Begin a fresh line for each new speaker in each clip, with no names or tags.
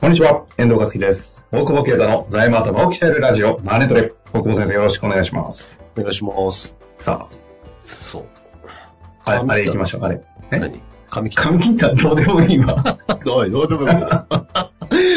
こんにちは、遠藤和樹です。大久保啓太の財務頭を鍛えるラジオ、マネトレ。大久保先生、よろしくお願いします。
お願いします。
さ
そう。
あ、あれ、
髪切った
あれ行きましょう、あれ。え
何髪切っ
髪切ったらどうでもいいわ。
た。どうでもよく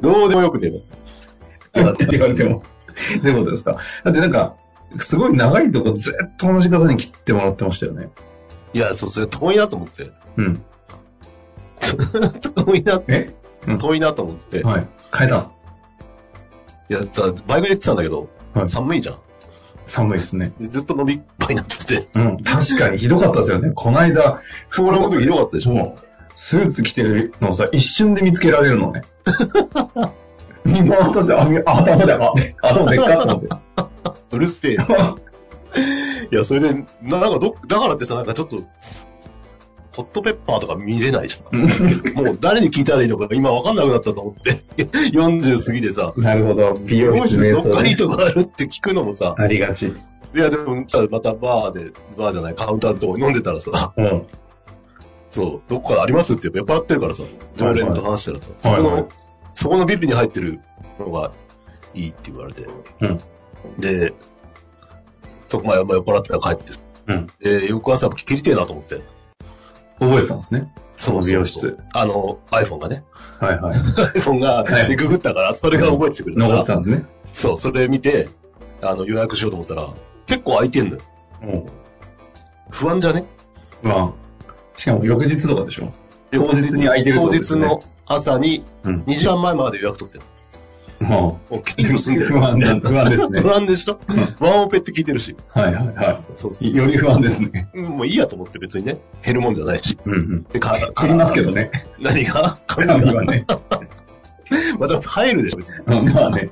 どうでもよくね えな
だって言われても。 どういうことですかだってなんか、すごい長いとこずっと同じ方に切ってもらってましたよね。
いや、そう、それ遠いなと思って。
うん。
遠いな、
え
遠いなと思ってて。
はい。変えた。
いや、さ、バイクで言ってたんだけど、
はい
寒いじゃん。
寒いですね。
でずっと伸びっぱいになって て。
うん。確かにひどかったですよね。 こないだ、
フォーラムの時ひどかったでしょ。
もう、スーツ着てるのをさ、一瞬で見つけられるの ね。見回ったぜ、あ、み頭だ、あ、頭でっかと思って。
うるせえよ。いや、それで、ななんかど、だからってさ、なんかちょっと、ホットペッパーとか見れないじゃん。もう誰に聞いたらいいのか今わかんなくなったと思って。40過ぎでさ、
なるほど。美容室瞑
どっ
想
かい
ね
い。とこあるって聞くのもさ、
ありがち。
いや、でもさ、またバーで、バーじゃない、カウンターのとこに飲んでたらさ、
うん。
そう、どっかありますってやっぱ酔っ払ってるからさ、常連と話したらさ、そこの、
はいはい
そこのビビに入ってるのがいいって言われて、
うん
で、そこまで酔っ払ってから帰って、
うん。
で、翌朝切りてえなと思って、
覚えてたんですね。その美容室。
あの、iPhone がね、
はい はい。
iPhone が、
はい
でググったから、それが覚えててくれたか
残っ
ら
て、たんですね。
そう、それ見て、あの、予約しようと思ったら、結構空いてんのよ。
うん。
不安じゃね
まあ、しかも翌日とかでしょ。当日に空いてるって
当
ことです
日
ね
の朝に、
うん。
2時間前まで予約取ってる。
まあ、
もう結構済んでる。
不安だ不安です ね
不安でしょワンオペって聞いてるし。
はいはいは
そうそ
い。より不安ですね。
う。もういいやと思って別にね、減るもんじゃないし。
うんうん。
で、か、か
ありますけど。ね。
何が
不
髪が
安はね。
また入るでしょ、別に。
うん まあね。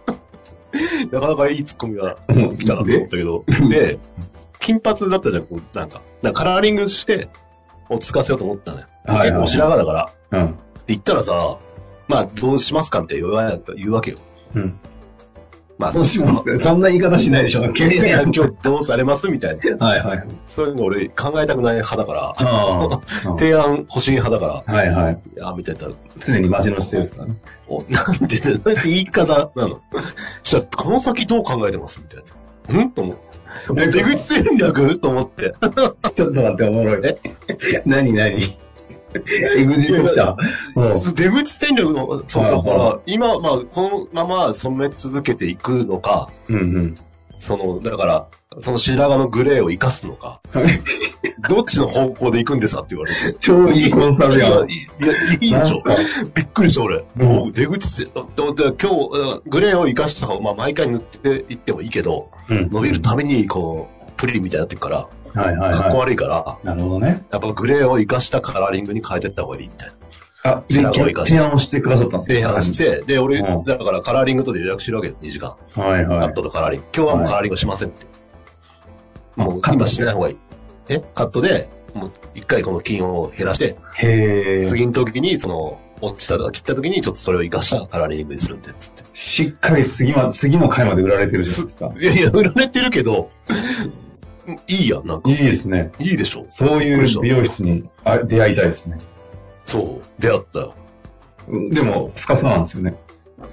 なかなかいいツッコミが
うん
来たなと思ったけど。で、金髪だったじゃん、こうなんか。なんかカラーリングして、落ち着かせようと思ったのよ。
はいはい
結構白髪だから。
うん。
で行ったらさ、まあ、どうしますかって言わ言うわけよ。
うん。
まあ、
そうしますかそんな言い方しないでしょ。
いやいや今日どうされますみたいな。
はいはい。
そういうの俺考えたくない派だから。
あ あ。
提案欲しい派だか
はいはい。
ら、あみたいな、
常にマジの姿勢ですからね。
おなんて、なんて言い方なの。じゃこの先どう考えてますみたいな。んと思って。え出口戦略と思って。
ちょっと待って、おもろい。え何何エグジット来た。うん
出口戦略の、そう、
はい
だか
は
ら、今、まあ、このまま染め続けていくのか、
うん
その、だから、その白髪のグレーを生かすのか、
うん。
どっちの方向で行くんですかって言われて。
超いいコンサルやん。
いや、いいいいでしょ。びっくりした、俺。
うん
もう出口戦略。でもでも今日うん、グレーを生かした方が、まあ、毎回塗っていってもいいけど、
うん
伸びるために、こう、プリンみたいになってるから、
はいはい
かっこ
は
悪いから、
い。なるほどね。
やっぱグレーを生かしたカラーリングに変えてった方がいいみたいな。
あ、
じゃあこういう感じ
提案をしてくださったんです
提案し。て、で、俺、
うん
だからカラーリングとで予約してるわけよ、2時間。
はい
カ
は
ットとカラーリング。今日はもうカラーリングしませんって。もう
カット
今しない方がいい。えカットで、もう一回この金を減らして、
い。へえ。
次の時に、その、落ちたとか切った時に、ちょっとそれを生かしたカラーリングにするんで、つって。
しっかり次ま、次の回まで売られてるじゃないですか。
いやいや、売られてるけど、いいやん、なんか。
いいですね。
いいでしょ。
そうい
びっくりし
う
た
美容室にあ出会いたいですね。
そう、出会ったよ。
でも、スカスカなんですよね。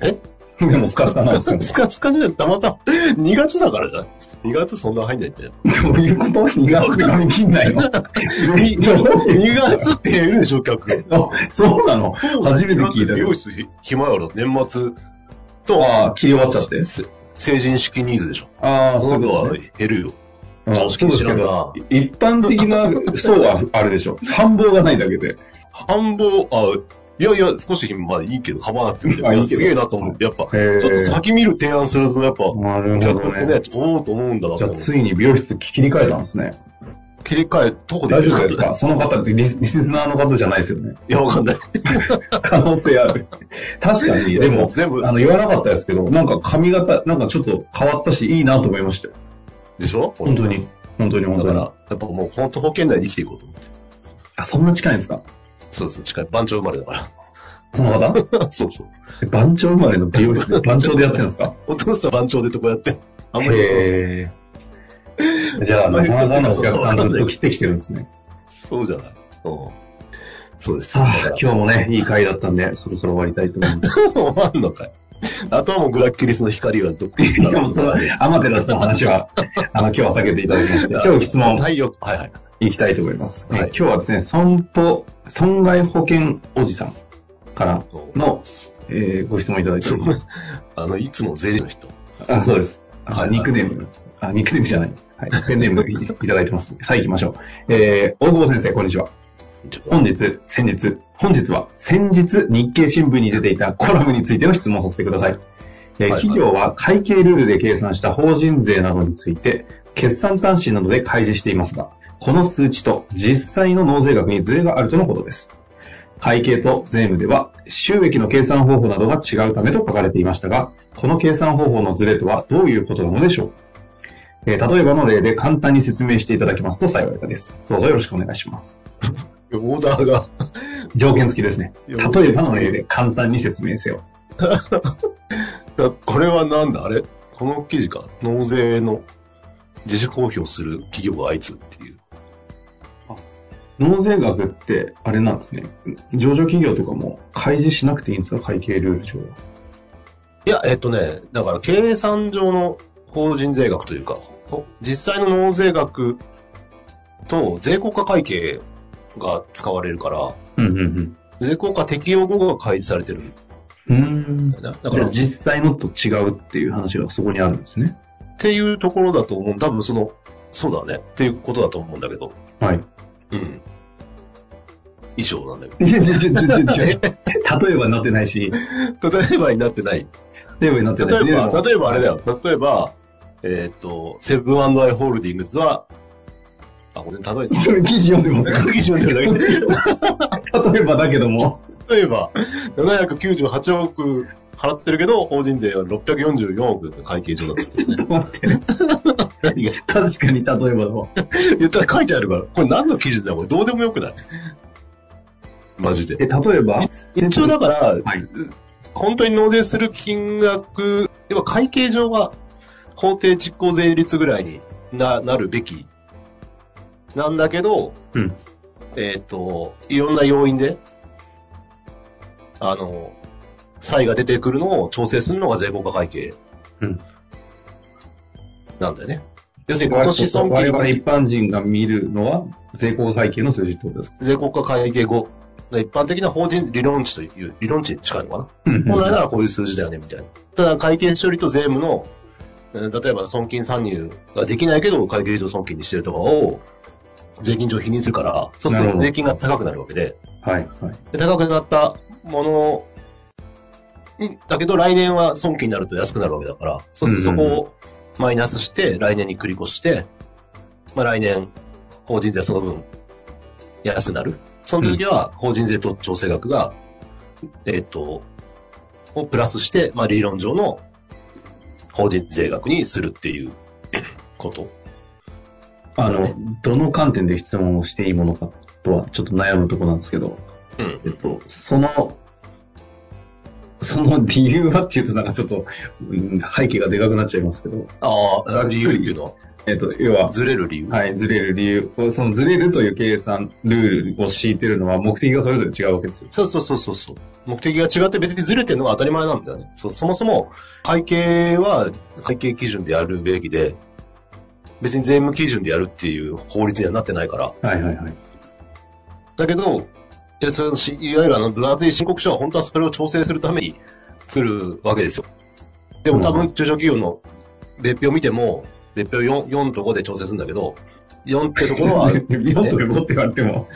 え
でも、スカスカなんですよね
ス。カスカじゃたまたま、2月だからじゃん。2月そんな入んないんだよ。
どういうこと苦手髪切んないの
2, 月って言えるでしょ、客。
あ、そうなの初めて聞いた
美
よ
容。室暇やろ、年末と、
ああ、切り終わっちゃって。
せ成人式ニーズでしょ。
ああ、
そ
そういう
のこ
ことと
は
ね
減るよ。
うん
常識知らんな
そうですけど一般的な層はあれでしょ。繁忙がないだけで。
繁忙、あ、いやいや、少し暇までいいけど、かばなくてみた
あ
い
いい
な。
けど
すげえなと思って、やっぱ、ち
へ
ょ
え
っと先見る提案すると、やっぱ、
なる
客ってね、おうと思うんだな
じゃあ、
と思って
ついに美容室切り替えたんですね。
切り替え、どこで
大丈
か
夫ですかその方ってリスリスナーの方じゃないですよね。
いや、わかんない。
可能性ある。確か に、でも、
全部
あの、言わなかったですけど、なんか髪型、なんかちょっと変わったし、いいなと思いましたよ。
でしょ
本当。に。本当に本
だ
当
か
に。
ら、やっぱもう本当保険内で生きていこうと思って。
あ、そんな近いんですか
そうそう、近い。番長生まれだか
その方
ら。 そうそう。
え番長生まれの美容室で番長でやってるんですか
お父さん番長でとこやって。あんまり。
へえ。じゃあ、あの、この方のお客さんずっと来てきてるんですね。
そうじゃない。うん。そうです。
さあ、今日もね、いい回だったんで、そろそろ終わりたいと思います。
終わんのかい。あとはもうグラッキリスの光はどっか
でも、その、アマテラスの話は、あの、今日は避けていただきまして、今日質問
太陽。はいはい。
いきたいと思います。
はい
え今日はですね、損保、損害保険おじさんからの、えーご質問いただいております。
あの、いつも税理士の人。
あ、そうです。あ
はい
ニックネーム。あ、ニックネームじゃない。はい。ペンネームい ただいてます。さあ行きましょう。えー、大久保先生、こんにちは。本日、先日、本日は、先日日経新聞に出ていたコラムについての質問をさせてください。えー
はいはい
企業は会計ルールで計算した法人税などについて、決算単身などで開示していますが、この数値と実際の納税額にズレがあるとのことです。会計と税務では収益の計算方法などが違うためと書かれていましたが、この計算方法のズレとはどういうことなのでしょうえー例えばの例で簡単に説明していただけますと幸いです。どうぞよろしくお願いします。
オーダーが。
条件付きですね。
い
例
や
えばの例で簡単に説明せよ。
だこれはなんだあれこの記事か。納税の自主公表する企業が相次ぐっていう。
納税額って、あれなんですね。上場企業とかも開示しなくていいんですか会計ルール上は。
いや、えっとね、だから計算上の法人税額というか、ほ実際の納税額と税効果会計が使われるから、
うんうん
税効果適用後が開示されてるん
うん。うん。
だよね。だか
じゃ
ら、
あ
っ
実際のと違うっていう話がそこにあるんですね。
ていうところだと思う。多分その、そうだね。っていうことだと思うんだけど。
はい。
うん。以上なんだけ
ちょちょちょちょちょ例えばになってないし、
ど。 例えばになってない。
例えばになって
例
ないし。
えば、例えばあれだ
よ。
よ。例えば、えーっ、と、セブンアイ・ホールディングスは、あ、これ例 えて
それ記事読んでますか
基準ではない
例えばだけども。
例えば、798億払ってるけど、法人税は644億の会計上だっつってね。
待ってね。
何が
確かに例えばだわ。
言ったら書いてあるから、これ何の記事だよ、これどうでもよくないマジで。
え、例えば
一応だから、
はい。
本当に納税する金額、では会計上は法定実行税率ぐらいにななるべきなんだけど、
うん
えっ、と、いろんな要因で、あの、差異が出てくるのを調整するのが税効果会計
うん
なんだよね。要するに今年損
我
金
々一般人が見るのは、税効会計の数字ってことですか
税効果会計後、一般的な法人理論値という、理論値に近いのかな本来ならこういう数字だよね、みたいな。ただ、会計処理と税務の、えー例えば、損金参入ができないけど、会計上損金にしてるとかを、税金上否認するから、そうす
なる
る
ほ
と
ど
税金が高くなるわけで、
はい、はい。
で高くなったものに、だけど来年は損金になると安くなるわけだから、そうするとそ
うん
こ
うんうん
をマイナスして、来年に繰り越して、まあ来年、法人税はその分、安くなる。その時は、法人税と調整額が、えっと、をプラスして、まあ理論上の法人税額にするっていうこと。
あの、どの観点で質問をしていいものかとは、ちょっと悩むところなんですけど、
うん
えっと、その、その理由はっていうとなんかちょっと、うん背景がでかくなっちゃいますけど、
ああ、理由っていうのは、
えっと、要は、
ずれる理由。
はい、ずれる理由、そのずれるという計算、ルールを敷いてるのは目的がそれぞれ違うわけですよ。
そうそうそうそうそう。目的が違って別にずれてるのが当たり前なんだよね。そうそもそも会計は会計基準でやるべきで、別に税務基準でやるっていう法律にはなってないから。
はいはいはい。
だけど、いやそのしいわゆるあの分厚い申告書は本当はそれを調整するためにするわけですよ。でも多
う
分中小企業の別表見ても、別表 4, 4と5で調整するんだけど、4ってと ころは、
日本とか5って言われても、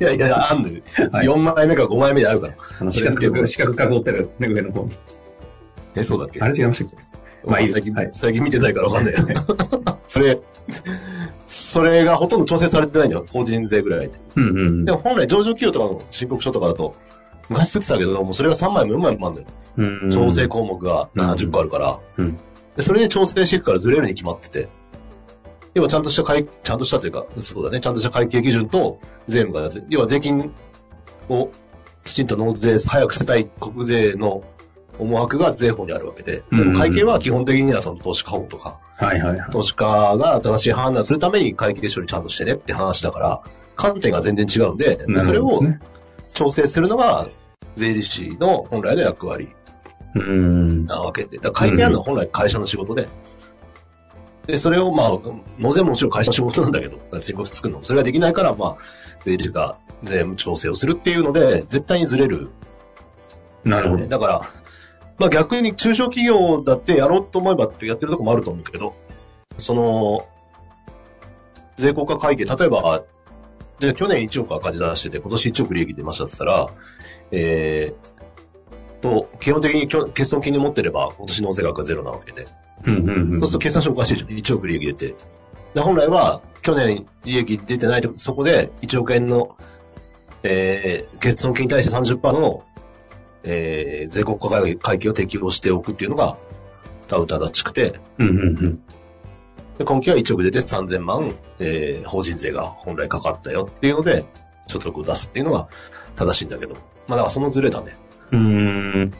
いやいや、あんのよ。
はい
4枚目か5枚目であるから。
あの四角く、四角囲ってあるやつですね、上の方に。
え、そうだっけ
あれ違いましたっけまあいいです
最近、
はい
最近見てないからわかんない。 それ、それがほとんど調整されてないんだよ。法人税ぐらいで。
うんうんうん
でも本来上場企業とかの申告書とかだと、昔作ってたけど、もうそれが3枚も4枚もあるんだよ。
うんうん。
調整項目が70個あるから。
うん。
で、それで調整していくからずれるに決まってて。要はちゃんとした会、ちゃんとしたというか、そうだね、ちゃんとした会計基準と税務が、要は税金をきちんと納税、早くしたい国税の思惑が税法にあるわけで、でも会計は基本的にはその投資家法とか、
はいはいはい。
投資家が正しい判断するために会計で処理ちゃんとしてねって話だから、観点が全然違うんで、でそれを
なる
調整するのが税理士の本来の役割
ほどですねうん。
なわけで、だから会計やるのは本来会社の仕事で、で、それをまあ、納税ももちろん会社の仕事なんだけど、申告作るのも、それができないから、まあ、税理士が税務調整をするっていうので、絶対にずれる。
なるほど。
だから、まあ逆に中小企業だってやろうと思えばってやってるとこもあると思うけど、その、税効果会計、例えば、じゃあ去年1億赤字出してて、今年1億利益出ましたって言ったら、えー、と、基本的にきょ欠損金に持ってれば、今年の税額がゼロなわけで。
うんうんうん。
そうすると計算書おかしいじゃん。1億利益出て。で本来は、去年利益出てないと、そこで1億円の、えー、欠損金に対して30%の、えー、税国家会計を適用しておくっていうのが、ラウターらしくて、
うんうんうん。
で今期は1億出て3000万、えー、法人税が本来かかったよっていうので、所得を出すっていうのが正しいんだけど。まあだからそのズレだね。
うーん。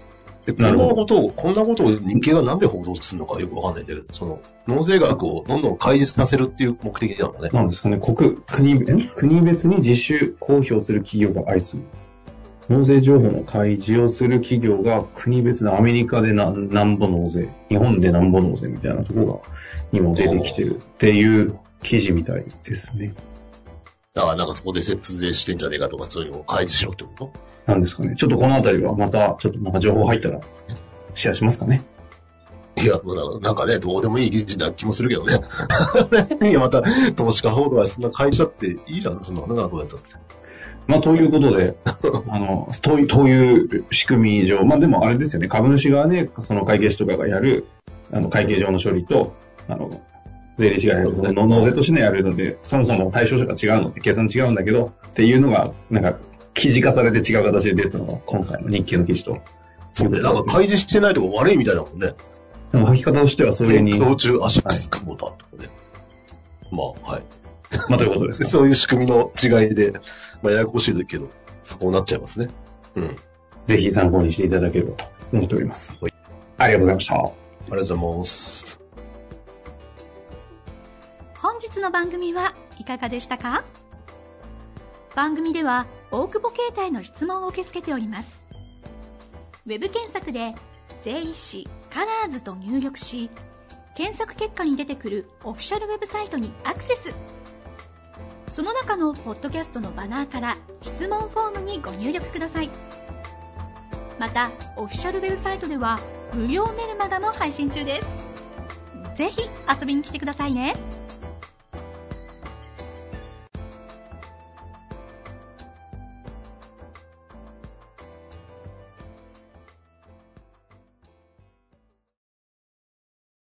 で、こん
な
な
るほど
ことを、こんなことを日経がなんで報道するのかよくわかんないんだけど、その、納税額をどんどん開示させるっていう目的なのね。
なんですかね、国、国、ん国別に自主公表する企業が相次ぐ。納税情報の開示をする企業が国別でアメリカでななんぼ納税、日本でなんぼ納税みたいなところが今出てきてるっていう記事みたいですね。
だからなんかそこで節税してんじゃねえかとか、そういうのを開示しろってこと
なんですかね。ちょっとこのあたりはまた、ちょっとなんか情報入ったらシェアしますかね。
いや、もうなんかね、どうでもいい記事な気もするけど ね。いや、また、投資家報道はそんな会社っていいじゃん、そんなのなんかどうやったって。
まあ、ということ で、あの、という、という仕組み上、まあ、でもあれですよね、株主側ね、その会計士とかがやる、あの、会計上の処理と、あの、税理士がやる、その納納税としてね、やるので、そもそも対象者が違うので、計算違うんだけど、っていうのが、なんか、記事化されて違う形で出てたのが、今回の日経の記事と。
そうね、なんか開示してないとこ悪いみたいだもんね。
でも書き方としてはそういう
検
に、
討中、足くすくもだとかね。まあ、はい。
まあ、ということですね。
そういう仕組みの違いで、まあ、ややこしいけど、そうなっちゃいますね。うん。あり
ぜひ参考にしていただければと思っております。
はい
ありがとうございました。
がとうございます。
本日の番組はいかがでしたか番組では大久保携帯の質問を受け付けておりますウェブ検索で「税理士カラーズと入力し検索結果に出てくるオフィシャルウェブサイトにアクセスその中のポッドキャストのバナーから質問フォームにご入力くださいまたオフィシャルウェブサイトでは無料メルマガも配信中ですぜひ遊びに来てくださいね